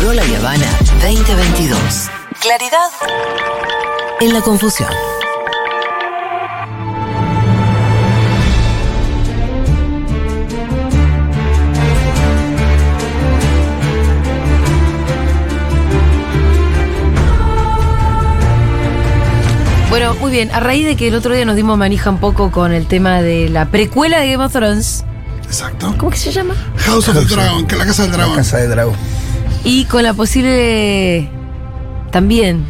Lola y Habana 2022. Claridad en la confusión. Bueno, muy bien. A raíz de que el otro día nos dimos manija un poco con el tema de la precuela de Game of Thrones, Exacto. ¿cómo que se llama? House of the Dragon, que la casa del La dragón. casa de dragón. Y con la posible también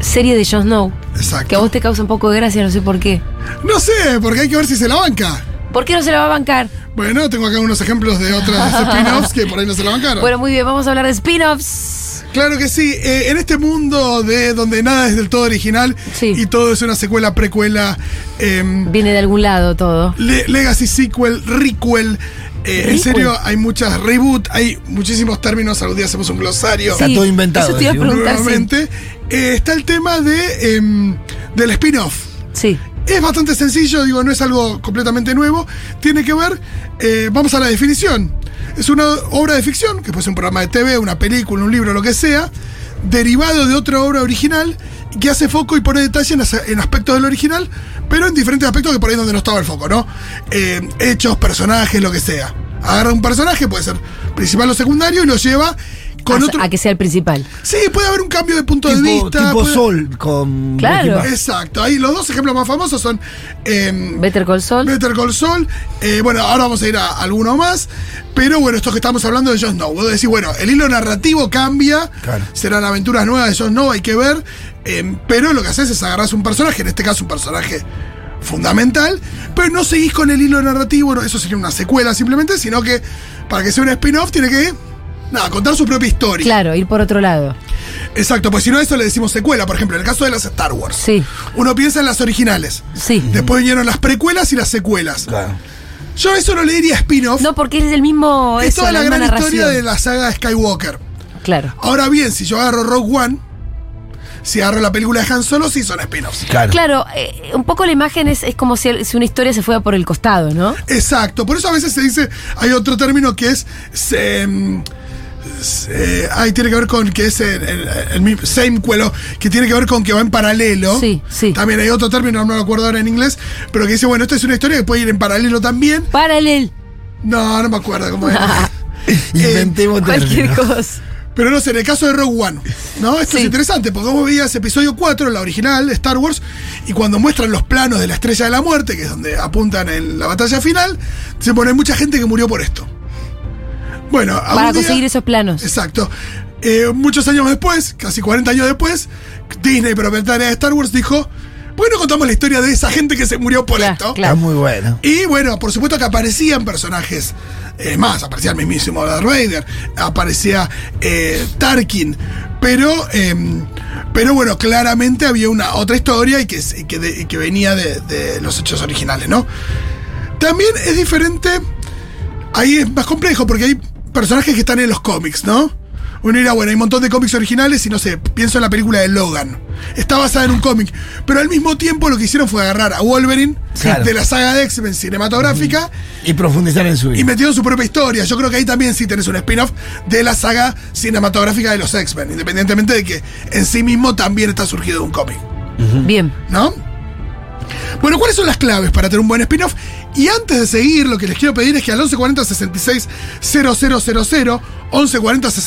serie de Jon Snow, que a Exacto. vos te causa un poco de gracia, no sé por qué. No sé, porque hay que ver si se la banca. ¿Por qué no se la va a bancar? Bueno, tengo acá unos ejemplos de otras spin-offs que por ahí no se la bancaron. Bueno, muy bien, vamos a hablar de spin-offs. Claro que sí, eh, en este mundo de donde nada es del todo original Sí. y todo es una secuela, precuela, em, Viene de algún lado todo. le- legacy, sequel, requel. eh, Requel. en serio, hay muchas reboot, hay muchísimos términos, algún día hacemos un glosario Está todo inventado, Eso te iba a decimos. preguntar. sí. nuevamente. Eh, está el tema de em, del spin-off. Sí. Es bastante sencillo, digo, no es algo completamente nuevo. Tiene que ver, eh, vamos a la definición. Es una obra de ficción, que puede ser un programa de TV, una película, un libro, lo que sea, derivado de otra obra original, que hace foco y pone detalle en, as- en aspectos del original, pero en diferentes aspectos que por ahí es donde no estaba el foco, ¿no? Eh, hechos, personajes, lo que sea. Agarra un personaje, puede ser principal o secundario, y lo lleva con a, otro. a que sea el principal. Sí, puede haber un cambio de punto de Tipo, vista. tipo puede- Sol con. Claro. Breaking Bad. Exacto, ahí los dos ejemplos más famosos son. em, Better Call Saul. Better Call Saul. Eh, bueno, ahora vamos a ir a alguno más. Pero bueno, esto que estamos hablando de Jon Snow. Vos decís, bueno, el hilo narrativo cambia. Claro. Serán aventuras nuevas de Jon Snow, hay que ver. eh, pero lo que haces es agarrás un personaje, en este caso un personaje fundamental, pero no seguís con el hilo narrativo, no, eso sería una secuela simplemente, sino que para que sea un spin-off tiene que, nada, contar su propia historia. Claro, ir por otro lado. Exacto, pues si no a eso le decimos secuela, por ejemplo, en el caso de las Star Wars. Sí, Uno piensa en las originales. sí. Después vinieron las precuelas y las secuelas. Claro. Yo eso no le diría spin-off. No, porque es el mismo. es eso, toda la, misma gran historia de narración. la saga Skywalker. Claro. Ahora bien, si yo agarro Rogue One, si agarro la película de Han Solo, sí son spin-offs. Claro. Claro, eh, un poco la imagen es, es como si, si una historia se fuera por el costado, ¿no? Exacto, por eso a veces se dice, hay otro término que es... se, mm, se- ahí tiene que ver con que es el, el- el mismo- same cuelo, que tiene que ver con que va en paralelo. Sí, sí. También hay otro término, no lo acuerdo ahora en inglés, pero que dice, bueno, esta es una historia que puede ir en paralelo también. Paralel. No, no me acuerdo cómo es. Inventemos Cualquier términos. cosa. Pero no sé, en el caso de Rogue One, ¿no? Esto Sí. es interesante, porque vos veías episodio 4, la original, Star Wars, y cuando muestran los planos de la Estrella de la Muerte, que es donde apuntan en la batalla final, se pone mucha gente que murió por esto. Bueno, algún Para día- conseguir esos planos. Exacto. Eh, muchos años después, casi 40 años después, Disney, propietaria de Star Wars, dijo, ¿por qué no contamos la historia de esa gente que se murió por Claro, esto? claro. Está muy bueno. Y bueno, por supuesto que aparecían personajes eh, más, aparecía el mismísimo Darth Vader, aparecía eh, Tarkin, pero, em, pero bueno, claramente había una otra historia y que, es- y que, de- y que venía de, de los hechos originales, ¿no? También es diferente, ahí es más complejo porque hay personajes que están en los cómics, ¿no? Uno dirá, bueno, hay un montón de cómics originales y no sé, pienso en la película de Logan. Está basada en un cómic, pero al mismo tiempo lo que hicieron fue agarrar a Wolverine Claro. de la saga de X-Men cinematográfica Y profundizar en su y vida. metieron su propia historia. Yo creo que ahí también sí tenés un spin-off de la saga cinematográfica de los X-Men, independientemente de que en sí mismo también está surgido de un cómic, Bien. ¿no? Bueno, ¿cuáles son las claves para tener un buen spin-off? Y antes de seguir, lo que les quiero pedir es que al 1140-66-0000,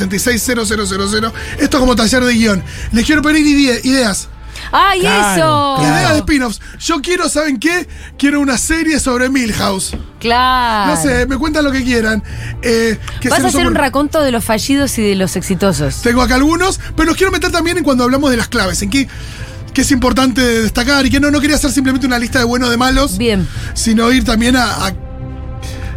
1140-66-0000, esto como taller de guión, les quiero pedir ide- ideas. ¡Ay, Claro, eso! Ideas de spin-offs. Yo quiero, ¿saben qué? Quiero una serie sobre Milhouse. Claro. No sé, me cuentan lo que quieran. Eh, que se Vas a nos hacer un ocurra. raconto de los fallidos y de los exitosos. Tengo acá algunos, pero los quiero meter también en cuando hablamos de las claves, en qué, qué es importante destacar y que no, no quería hacer simplemente una lista de buenos de malos, Bien, sino ir también a, a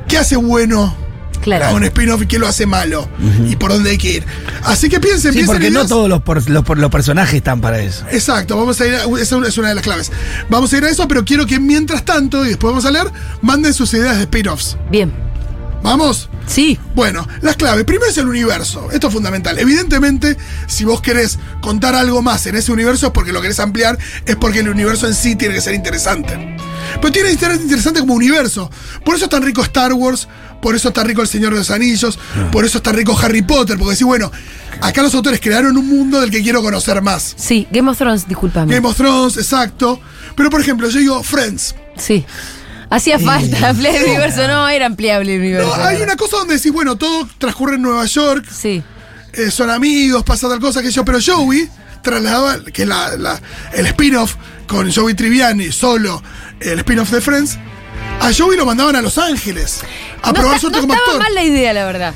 qué hace bueno a claro. un spin-off y qué lo hace malo y por dónde hay que ir. Así que piensen, Sí, piensen. porque no ideas. todos los, por- los, por- los personajes están para eso. Exacto, vamos a ir a, uh, esa es una de las claves. Vamos a ir a eso, pero quiero que mientras tanto, y después vamos a leer, manden sus ideas de spin-offs. Bien. ¿Vamos? Sí. Bueno, las claves. Primero es el universo. Esto es fundamental. Evidentemente, si vos querés contar algo más en ese universo es porque lo querés ampliar, es porque el universo en sí tiene que ser interesante. Pero tiene que ser interesante como universo. Por eso es tan rico Star Wars, por eso está rico El Señor de los Anillos, por eso está rico Harry Potter, porque decís, bueno, acá los autores crearon un mundo del que quiero conocer más. Sí, Game of Thrones, discúlpame. Game of Thrones, exacto. Pero por ejemplo, yo digo Friends. Sí. Hacía falta ampliar el universo, no, era ampliable el No, universo. hay una cosa donde decís, bueno, todo transcurre en Nueva York, Sí. eh, son amigos, pasa tal cosa, que yo, pero Joey trasladaba, que la, la- el spin-off con Joey Triviani, solo el spin-off de Friends, a Joey lo mandaban a Los Ángeles a no está- probar Ah, suerte no como estaba actor. mal la idea, la verdad.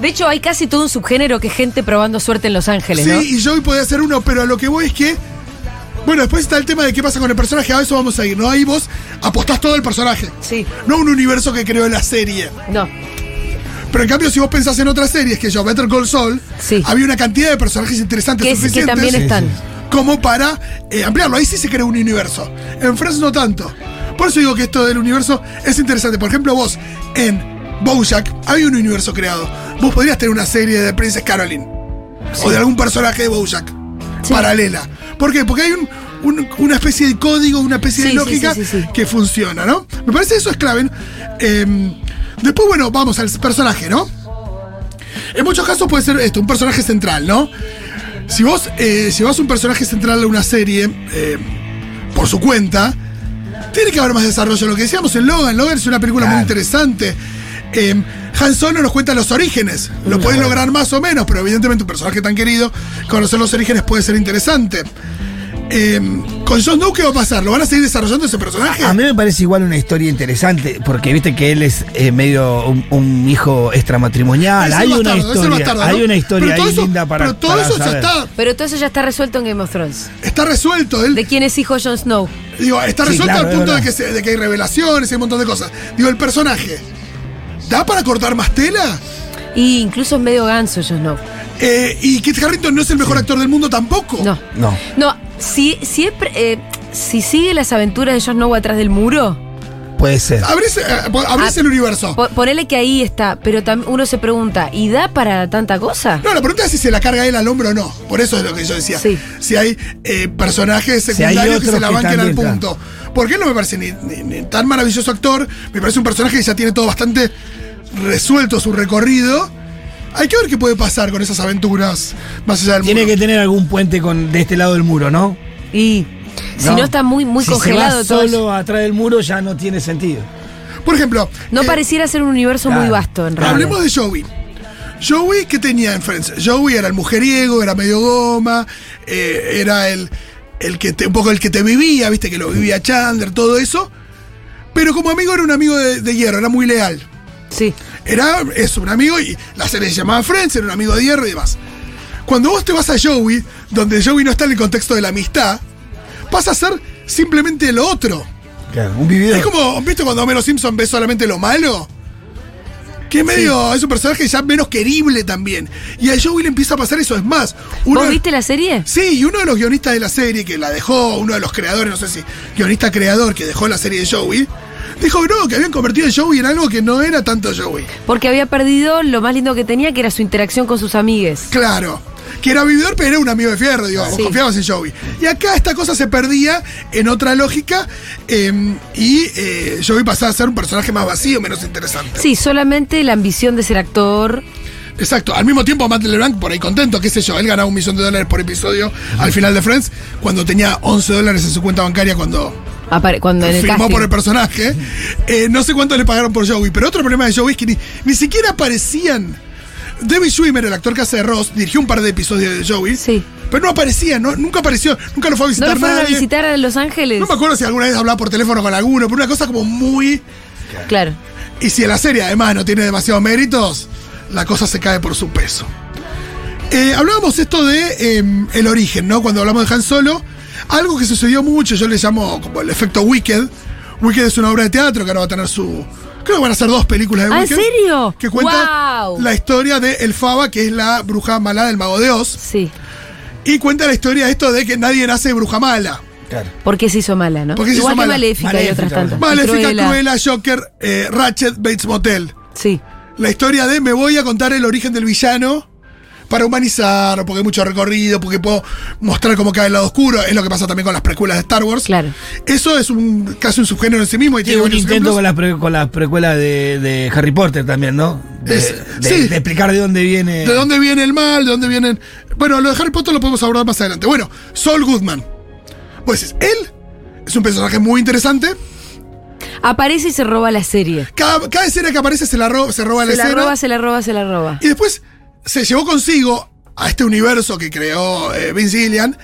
De hecho, hay casi todo un subgénero que es gente probando suerte en Los Ángeles, Sí, ¿no? y Joey podía ser uno, pero a lo que voy es que. Bueno, después está el tema de qué pasa con el personaje, a eso vamos a ir, ¿no? Ahí vos apostás todo el personaje. Sí. No un universo que creó la serie. No. Pero en cambio, si vos pensás en otras series, que yo, Better Call Saul, Sí. había una cantidad de personajes interesantes Que, que suficientes también Sí, están. sí, sí. como para eh, ampliarlo. Ahí sí se creó un universo. En Friends no tanto. Por eso digo que esto del universo es interesante. Por ejemplo, vos en Bojack había un universo creado. Vos podrías tener una serie de Princess Caroline o de algún personaje de Bojack Sí. paralela. ¿Por qué? Porque hay un- un- una especie de código, una especie Sí, de sí, lógica sí, sí, sí. que funciona, ¿no? Me parece eso es clave. Eh, después, bueno, vamos al personaje, ¿no? En muchos casos puede ser esto, un personaje central, ¿no? Si vos eh, llevas un personaje central a una serie eh, por su cuenta, tiene que haber más desarrollo. Lo que decíamos en Logan, Logan es una película muy Claro. interesante. Eh, Han Solo nos cuenta los orígenes. Lo puedes lograr más o menos, pero evidentemente un personaje tan querido, conocer los orígenes puede ser interesante. Eh, con John Doe, ¿qué va a pasar? ¿Lo van a seguir desarrollando ese personaje? A mí me parece igual una historia interesante, porque viste que él es eh, medio un, un hijo extramatrimonial. Es el Hay una, bastardo, es el historia, bastardo, ¿no? hay una historia Pero todo ahí eso- linda para. Pero todo para eso saber. ya está, Pero todo eso ya está resuelto en Game of Thrones. está resuelto. Él, ¿De quién es hijo Jon Snow? Digo, está Sí, resuelto claro, al es punto de verdad. que, se- de que hay revelaciones y un montón de cosas. Digo, el personaje. ¿Da para cortar más tela? Y incluso es medio ganso Jon Snow. Eh, y Kit Harrington no es el mejor actor del mundo tampoco. No. No. No, si, si, es pre- eh, si sigue las aventuras de Jon Snow atrás del muro, Puede ser. Abrís, eh, po- abrís Ah, el universo. po- ponele que ahí está, pero tam- uno se pregunta, ¿y da para tanta cosa? No, la pregunta es si se la carga él al hombro o no. Por eso es lo que yo decía. Sí. Si hay eh, personajes Si hay secundarios que otros se la que banquen al también, claro. punto. Porque él no me parece ni, ni- ni tan maravilloso actor. Me parece un personaje que ya tiene todo bastante resuelto su recorrido. Hay que ver qué puede pasar con esas aventuras más allá del Tiene muro. que tener algún puente con de este lado del muro, ¿no? Y si no está muy, muy Si se va congelado todo. solo eso. atrás del muro ya no tiene sentido. Por ejemplo. No eh, pareciera ser un universo muy claro. vasto en realidad. Hablemos de Joey. Joey, ¿qué tenía en Friends? Joey era el mujeriego, era medio goma, eh, era el, el que te- un poco el que te vivía, viste que lo vivía Chandler, todo eso. Pero como amigo era un amigo de, de hierro, era muy leal. Sí. Era eso, un amigo y la serie se llamaba Friends, era un amigo de hierro y demás. Cuando vos te vas a Joey, donde Joey no está en el contexto de la amistad, pasa a ser simplemente lo otro. Claro, un vividor. Es como, ¿viste cuando Homero Simpson ve solamente lo malo? Que es medio, es un personaje ya menos querible también. Y a Joey le empieza a pasar eso, es más. uno- ¿Vos viste la serie? Sí, y uno de los guionistas de la serie que la dejó, uno de los creadores, no sé si guionista creador que dejó la serie de Joey, dijo que no, que habían convertido a Joey en algo que no era tanto Joey. Porque había perdido lo más lindo que tenía, que era su interacción con sus amigues. Claro. Que era vividor, pero era un amigo de fierro, digo, vos Sí. confiabas en Joey. Y acá esta cosa se perdía en otra lógica eh, y eh, Joey pasaba a ser un personaje más vacío, menos interesante. Sí, solamente la ambición de ser actor. Exacto, al mismo tiempo Matt LeBlanc por ahí contento, qué sé yo, él ganaba un millón de dólares por episodio al final de Friends, cuando tenía 11 dólares en su cuenta bancaria cuando apare- Cuando en el firmó casting. por el personaje. Eh, no sé cuánto le pagaron por Joey, pero otro problema de Joey es que ni, ni siquiera aparecían. David Schwimmer, el actor que hace de Ross, dirigió un par de episodios de Joey, Sí. pero no aparecía, no, nunca apareció, nunca lo fue ¿No a visitar lo fueron a nadie. visitar a Los Ángeles? No me acuerdo si alguna vez hablaba por teléfono con alguno, pero una cosa como muy... Claro. Y si la serie además no tiene demasiados méritos, la cosa se cae por su peso. Eh, hablábamos esto de eh, el origen, ¿no? Cuando hablamos de Han Solo, algo que sucedió mucho, yo le llamo como el efecto Wicked. Wicked es una obra de teatro que ahora va a tener su. Creo que van a ser dos películas de ¿Ah, en Wicked. serio? Que cuenta ¡Guau! la historia de El Faba, que es la bruja mala del mago de Oz. Sí. Y cuenta la historia de esto de que nadie nace bruja mala. Claro. Porque se hizo mala, ¿no? Porque se Igual hizo que mala. Maléfica, y otras Maléfica, tantas. Y Maléfica, Cruella. Cruella, Joker, eh, Ratchet, Bates Motel. Sí. La historia de me voy a contar el origen del villano, para humanizar, porque hay mucho recorrido, porque puedo mostrar cómo cae el lado oscuro. Es lo que pasa también con las precuelas de Star Wars. Claro. Eso es un casi un subgénero en sí mismo. Y Sí, tiene un varios intento ejemplos. con las pre- con las precuelas de, de Harry Potter también, ¿no? De, Es- de- sí. de explicar de dónde viene. ¿De dónde viene el mal? ¿De dónde vienen.? Bueno, lo de Harry Potter lo podemos abordar más adelante. Bueno, Saul Goodman. Pues es él. Es un personaje muy interesante. Aparece y se roba la serie. Cada, cada escena que aparece se la roba, se roba Se la escena. roba, se la roba, se la roba. Y después se llevó consigo a este universo que creó eh, Vince Gillian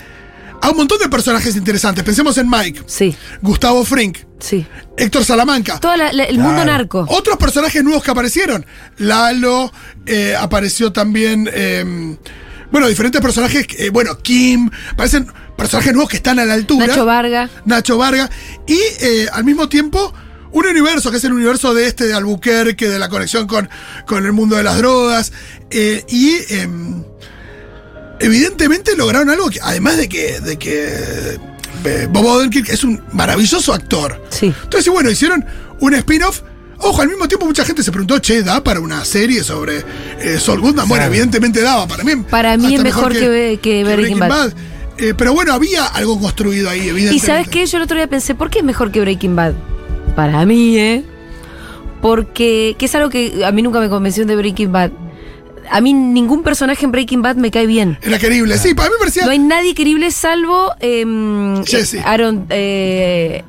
a un montón de personajes interesantes. Pensemos en Mike, Sí, Gustavo Frink, sí. Héctor Salamanca. Todo la- la- el mundo Claro. narco. Otros personajes nuevos que aparecieron. Lalo, eh, apareció también. eh, bueno, diferentes personajes. eh, bueno, Kim. Parecen personajes nuevos que están a la altura. Nacho Varga. Nacho Varga. Y eh, al mismo tiempo, un universo, que es el universo de este, de Albuquerque, de la conexión con, con el mundo de las drogas. eh, y em, evidentemente lograron algo que, además de que, de que eh, Bob Odenkirk es un maravilloso actor. Sí. Entonces, bueno, hicieron un spin-off. Ojo, al mismo tiempo mucha gente se preguntó, che, ¿da para una serie sobre eh, Saul Goodman? Bueno, evidentemente daba, para mí. Para mí hasta es mejor que- que Breaking Bad. Eh, pero bueno, había algo construido ahí, evidentemente. Y sabes qué, yo el otro día pensé, ¿por qué es mejor que Breaking Bad? Para mí, ¿eh? Porque, que es algo que a mí nunca me convenció de Breaking Bad. A mí ningún personaje en Breaking Bad me cae bien. Era querible, sí, para mí parecía... No hay nadie querible salvo em, Jesse. eh, Aaron... eh,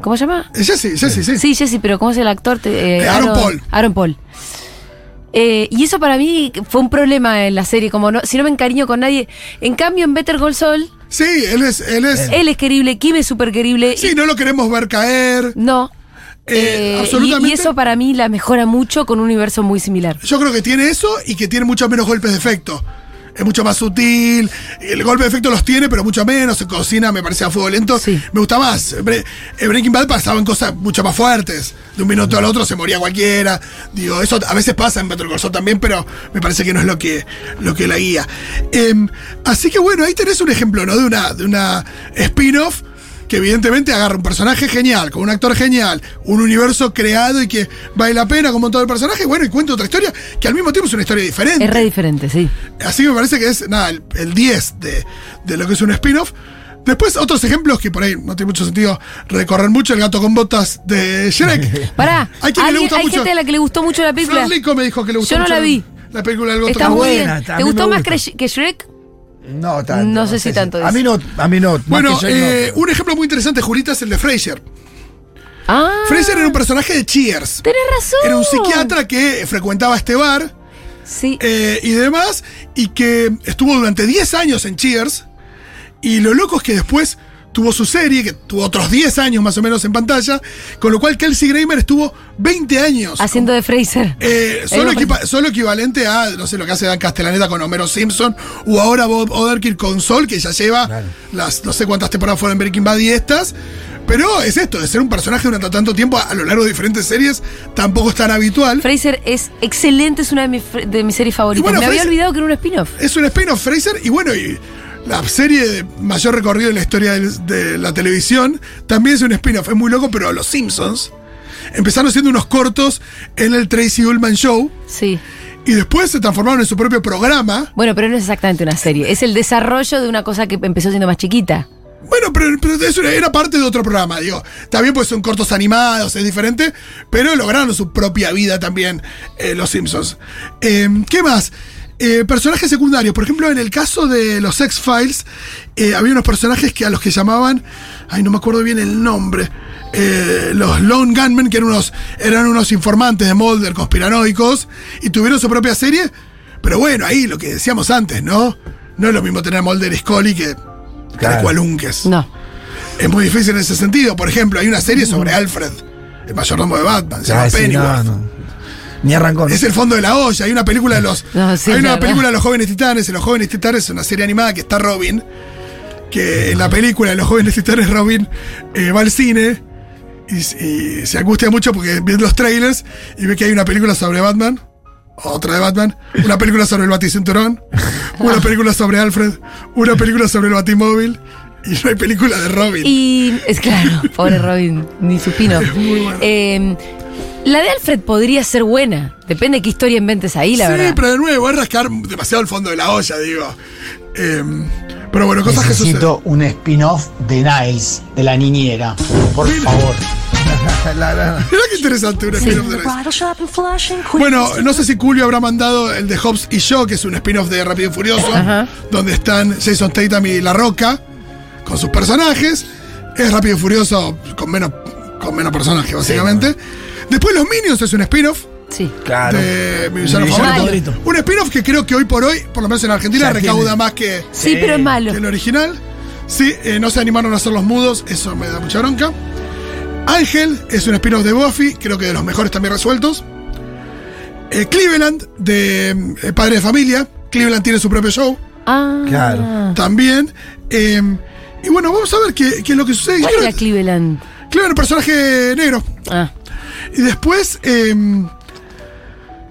¿Cómo se llama? Eh, Jesse, Jesse, sí. Sí, Jesse, pero ¿cómo es el actor? Te- eh, Eh, Aaron Paul. Aaron Paul. Eh, y eso para mí fue un problema en la serie, como no, si no me encariño con nadie. En cambio, en Better Call Saul, Sí, él es... Él es él es querible, Kim es súper querible. sí, no lo queremos ver caer. No. Eh, Eh, y- absolutamente. Y, eso para mí la mejora mucho con un universo muy similar. Yo creo que tiene eso y que tiene muchos menos golpes de efecto. Es mucho más sutil. El golpe de efecto los tiene, pero mucho menos. Se cocina, me parece a fuego lento. Sí. Me gusta más. Bre- en Breaking Bad pasaban cosas mucho más fuertes. De un minuto al otro se moría cualquiera. Digo, eso a veces pasa en Better Call Saul también, pero me parece que no es lo que, lo que la guía. Em, así que bueno, ahí tenés un ejemplo, ¿no? De una, de una spin-off que evidentemente agarra un personaje genial, con un actor genial, un universo creado y que vale la pena como todo el personaje, bueno, y cuenta otra historia que al mismo tiempo es una historia diferente. Es re diferente, sí. Así que me parece que es, nada, el, el 10 de, de lo que es un spin-off. Después, otros ejemplos que por ahí no tiene mucho sentido recorrer mucho, el gato con botas de Shrek. Pará, Hay quienes le alguien- gusta hay mucho. gente a la que le gustó mucho la película. Flor Lico me dijo que le gustó Yo no mucho la vi. La película del gato Está con muy botas. buena, bien. está- a ¿Te mí me gustó más gusta. que, Sh- que Shrek? No, tanto, No sé si tanto A es. mí no, a mí no. más Bueno, que yo, no. eh, un ejemplo muy interesante, Julita, es el de Fraser. Ah, Fraser era un personaje de Cheers. tenés razón. Era un psiquiatra que frecuentaba este bar Sí. eh, y demás, y que estuvo durante 10 años en Cheers. Y lo loco es que después tuvo su serie, que tuvo otros 10 años más o menos en pantalla, con lo cual Kelsey Grammer estuvo 20 años. haciendo de Fraser. Eh, solo, Era un- equipa- solo equivalente a, no sé, lo que hace Dan Castellaneta con Homero Simpson, o ahora Bob Oderkill con Sol, que ya lleva Claro. las no sé cuántas temporadas fueron en Breaking Bad y estas. Pero es esto, de ser un personaje durante tanto tiempo a, a lo largo de diferentes series, tampoco es tan habitual. Fraser es excelente, es una de mis, fr- de mis series favoritas. bueno, Me había Fraser- Eh. olvidado que era un spin-off. Es un spin-off Fraser y bueno, y la serie de mayor recorrido en la historia del- de la televisión también es un spin-off, es muy loco, pero los Simpsons empezaron siendo unos cortos en el Tracy Ullman Show Sí. y después se transformaron en su propio programa. Bueno, pero no es exactamente una serie. Es el desarrollo de una cosa que empezó siendo más chiquita. Bueno, pero, pero eso era- era parte de otro programa, digo. También pues son cortos animados, es diferente, pero lograron su propia vida también eh, los Simpsons. Eh, ¿Qué más? Eh, personajes secundarios, por ejemplo, en el caso de los X-Files, eh, había unos personajes que a los que llamaban, ay, no me acuerdo bien el nombre, eh, los Lone Gunmen, que eran unos, eran unos informantes de Mulder, conspiranoicos, y tuvieron su propia serie, pero bueno, ahí lo que decíamos antes, ¿no? No es lo mismo tener a Mulder y Scully que Claro. tal cual Lunges. No. Es muy difícil en ese sentido. Por ejemplo, hay una serie sobre Alfred, el mayordomo de Batman, se llama Ah, sí, Pennyworth. no, no. Ni arrancó. ¿no? Es el fondo de la olla. Hay una película de los. No, sí, hay la una verdad. película de los jóvenes titanes. En los jóvenes titanes es una serie animada que está Robin. Que en la película de los jóvenes titanes Robin eh, va al cine y, y se angustia mucho porque ve los trailers y ve que hay una película sobre Batman. Otra de Batman, una película sobre el Baticinturón, una película sobre Alfred, una película sobre el Batimóvil y no hay película de Robin. Y es claro, pobre Robin, ni su pino. Muy bueno. Eh, La de Alfred podría ser buena. Depende de qué historia inventes ahí, la sí, verdad. pero de nuevo, es rascar demasiado el fondo de la olla, digo. Em, pero bueno, cosas que suceden. Necesito un spin-off de Niles, de la niñera. Por favor. La- la- Mirá qué interesante un spin-off de Nice. Bueno, Bueno, no sé si Julio habrá mandado el de Hobbs y yo, que es un spin-off de Rápido y Furioso, Ajá. donde están Jason Tatum y La Roca con sus personajes. Es Rápido y Furioso con menos, con menos personajes, básicamente. Después Los Minions es un spin-off Sí. Claro. de mi Ah, Mi villano villano favorito. favorito. Un spin-off que creo que hoy por hoy, por lo menos en Argentina, Ya recauda tiene. más que, Sí, pero es malo. que el original. Sí, eh, no se animaron a hacer los mudos, eso me da mucha bronca. Ángel es un spin-off de Buffy, creo que de los mejores también resueltos. Eh, Cleveland, de mm, eh, Padre de Familia. Cleveland tiene su propio show Ah. Claro. también. Eh, y bueno, vamos a ver qué, qué es lo que sucede. ¿Cuál Creo era que- Cleveland? Cleveland, personaje negro. Ah. Y después, eh,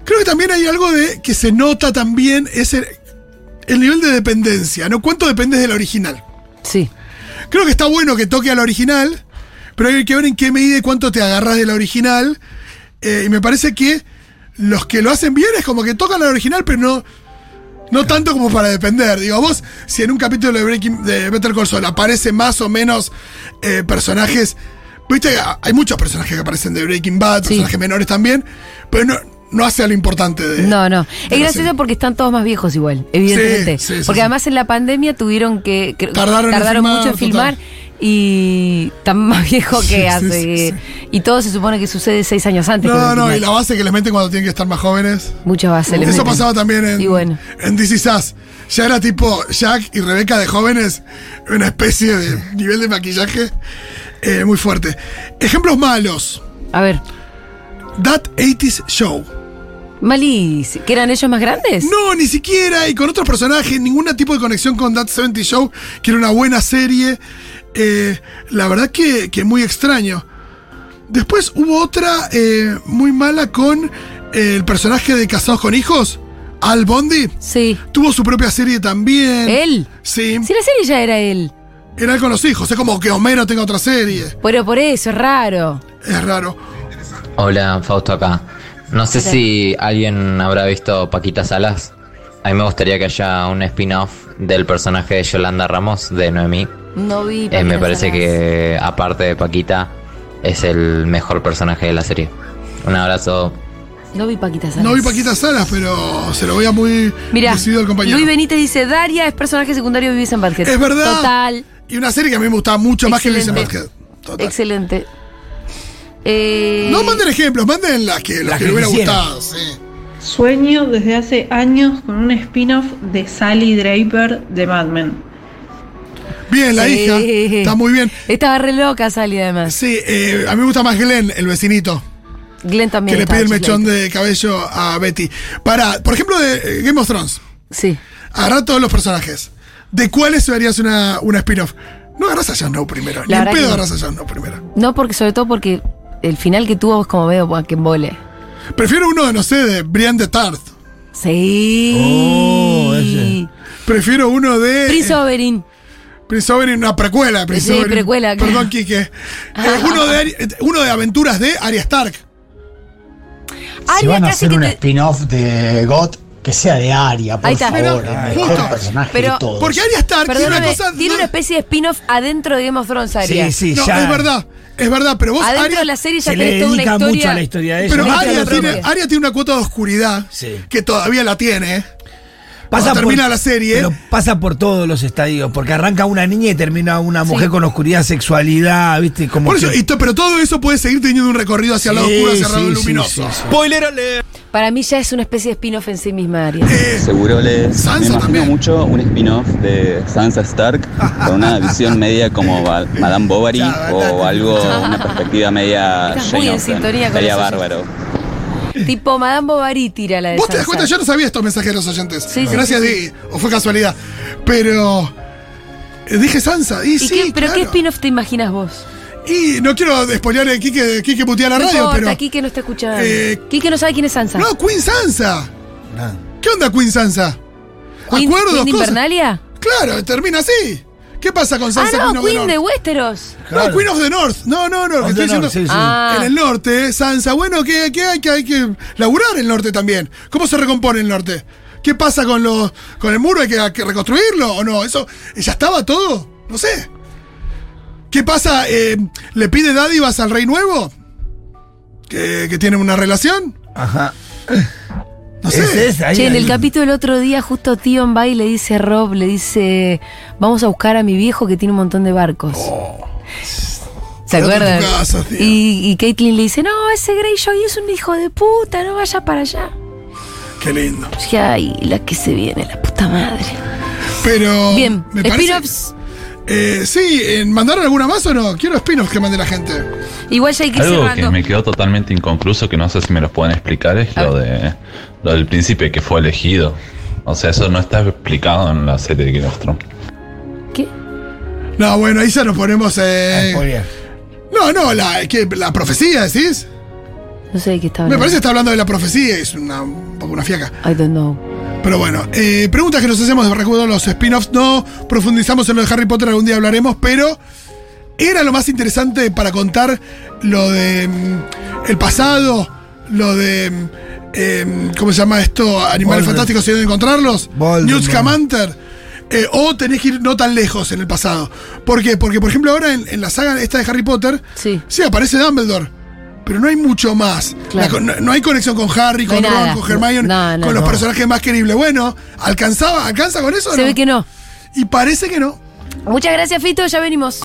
creo que también hay algo de que se nota también es el, el nivel de dependencia, ¿no? ¿Cuánto dependes de la original? Sí. Creo que está bueno que toque a la original, pero hay que ver en qué medida y cuánto te agarras de la original. Eh, y me parece que los que lo hacen bien es como que tocan la original, pero no. No tanto como para depender. Digo, vos, si en un capítulo de, Breaking, de Better Call Saul aparecen más o menos eh, personajes. Viste, a- hay muchos personajes que aparecen de Breaking Bad, personajes menores también, pero no, no hace a lo importante de. No, no. de Es la gracioso serie. porque están todos más viejos igual, evidentemente. Sí, sí, sí, porque sí. además en la pandemia tuvieron que... que- Tardaron en filmar, mucho en filmar y tan más viejo que Sí, sí, hace. sí, que- sí. Y todo se supone que sucede seis años antes. que No, el no, y original. la base que les meten cuando tienen que estar más jóvenes. Muchas bases le Eso meten. pasaba también en, Y bueno. en This Is Us. Ya era tipo Jack y Rebeca de jóvenes, una especie de nivel de maquillaje eh, muy fuerte. Ejemplos malos. A ver, That 80s Show. Malis, ¿que eran ellos más grandes? No, ni siquiera, y con otros personajes, ningún tipo de conexión con That 70 Show, que era una buena serie. Eh, la verdad que, que muy extraño. Después hubo otra eh, muy mala con eh, el personaje de Casados con Hijos, Al Bondi. Sí. Tuvo su propia serie también. ¿Él? Sí, Si la serie ya era él. era con los hijos. Es como que Homero tenga otra serie. Pero por eso, es raro. Es raro. Hola, Fausto acá. No sé si alguien habrá visto Paquita Salas. A mí me gustaría que haya un spin-off del personaje de Yolanda Ramos, de Noemí. No vi. Eh, me Paquita parece Salas. que, aparte de Paquita, es el mejor personaje de la serie. Un abrazo. No vi Paquita Salas. No vi Paquita Salas, pero se lo voy a muy Mirá, decidido al compañero. Luis Benítez dice, Daria es personaje secundario de Vives en Barquet. Es verdad. Total, Y una serie que a mí me gustaba mucho más que Luis Excelente. Vázquez. Total. excelente. Eh, No manden ejemplos, manden las que, las Las que que le hubiera quisieran. gustado. sí. Sueño desde hace años con un spin-off de Sally Draper de Mad Men. Bien, la Sí. hija. Está muy bien. Estaba re loca Sally además. Sí, eh, a mí me gusta más Glenn, el vecinito, Glenn también. que le estaba pide el mechón chifladita. de cabello a Betty. Para, por ejemplo, de eh, Game of Thrones. Sí. Agarrá todos los personajes. ¿De cuáles harías una, una spin-off? No agarrás a Jon Snow primero. Ni La en verdad pedo que no. agarrás a Jon Snow primero. No, porque sobre todo porque el final que tuvo es como medio pa' que embole. Prefiero uno de, no sé, de Brian de Tart. Sí. Oh, ese. Prefiero uno de. eh, Prince Oberyn. Prince Oberyn, una precuela. de Prince Sí, Oberyn. precuela, claro. Ah. Perdón, Quique. Eh, uno, de, Ari- eh, uno de aventuras de Arya Stark. Si Aria van a casi hacer que un te... spin-off de God, que sea de Aria, por Ahí está. favor. el Ay, mejor justo. personaje Pero- de todos. Porque Arya Stark tiene una Perdóname, cosa. tiene no- una especie de spin-off adentro de Game of Thrones, Aria. Sí, sí, no, ya. es verdad. Es verdad, pero vos, Adentro Arya- de la serie ya se le tenés toda una dedica historia. mucho a la historia de ella. Pero Una Arya historia propia. tiene, Arya tiene una cuota de oscuridad Sí. que todavía la tiene. ¿eh? Cuando termina la serie. Pero pasa por todos los estadios, porque arranca una niña y termina una mujer con oscuridad, sexualidad, ¿viste? Como Por eso, que- y to- pero todo eso puede seguir teniendo un recorrido hacia el lado Sí, oscuro, hacia el lado sí, sí, luminoso. sí, sí. Para mí ya es una especie de spin-off en sí misma, Aria. Eh, Seguro les Sansa me imagino también. mucho un spin-off de Sansa Stark con una visión media como Ba- Madame Bovary Ya, o dale. algo, una perspectiva media Estás muy Jane en Austen. sintonía con Estaría eso, bárbaro. Tipo Madame Bovary tira la de Eh. vos te das Sansa. cuenta, yo no sabía estos mensajes de los oyentes. Sí, sí, Gracias, sí, Di. O fue casualidad. Pero. eh, Dije Sansa, y, ¿Y sí, qué- ¿Pero qué claro. spin-off te imaginas vos? Y no quiero spoilear el Quique, Quique putea la no radio, importa, pero. Quique no está escuchando. Eh, Quique no sabe quién es Sansa. No, Queen Sansa. Ah. ¿Qué onda Queen Sansa? Queen- ¿Acuerdos? Queen de cosas? Invernalia? Claro, termina así. ¿Qué pasa con Ah, Sansa Queen no, of the Queen North? de Westeros. Claro. No, Queen of the North. No, no, no, lo que Of the estoy diciendo. North, sí, sí. Ah. En el norte, Sansa, bueno, que, que hay, que hay que laburar el norte también. ¿Cómo se recompone el norte? ¿Qué pasa con los con el muro? ¿Hay que, hay que reconstruirlo o no? ¿Eso ya estaba todo? No sé. ¿Qué pasa? Eh, ¿Le pide dádivas al rey nuevo? ¿Que, que tienen una relación? Ajá. No sé. Ese es, ahí, Che, en el ahí. capítulo del otro día, justo Tion va y le dice a Rob, le dice, vamos a buscar a mi viejo que tiene un montón de barcos. ¿Se Oh. Quédate en tu acuerdan? casa, tío. y, y Caitlyn le dice, no, ese Greyjoy es un hijo de puta, no vayas para allá. Qué lindo. Yo dije, ay, la que se viene, la puta madre. Pero. Bien, Oh, me parece- spin-offs. Eh, sí, eh, ¿mandaron alguna más o no? Quiero spin-offs que mande la gente. Igual ya hay que ir Algo cerrando. que me quedó totalmente inconcluso, que no sé si me los pueden explicar, es A lo, de, lo del príncipe que fue elegido. O sea, eso no está explicado en la serie de Game of Thrones. ¿Qué? No, bueno, ahí ya nos ponemos. eh, Muy bien. no, no, la, que- la profecía, ¿decís? No sé de qué está Me hablando. parece que está hablando de la profecía, es una, un poco una fiaca. I don't know. Pero bueno, eh, preguntas que nos hacemos de recuerdo los spin-offs. No profundizamos en lo de Harry Potter, algún día hablaremos, pero era lo más interesante para contar lo de mm, el pasado, lo de. mm, em, ¿Cómo se llama esto? Animales Voldemort. fantásticos y dónde encontrarlos. Voldemort. Newt Scamander. Eh, o tenés que ir no tan lejos en el pasado. ¿Por qué? Porque, por ejemplo, ahora en, en la saga esta de Harry Potter, Sí. Sí, aparece Dumbledore. Pero no hay mucho más. Claro. La con- no, no hay conexión con Harry, No con hay nada. Ron, con Hermione, No, no, con los no. personajes más queribles. Bueno, ¿alcanzaba, ¿alcanza con eso? o Se ve que no. Y parece que no. Muchas gracias, Fito, ya venimos.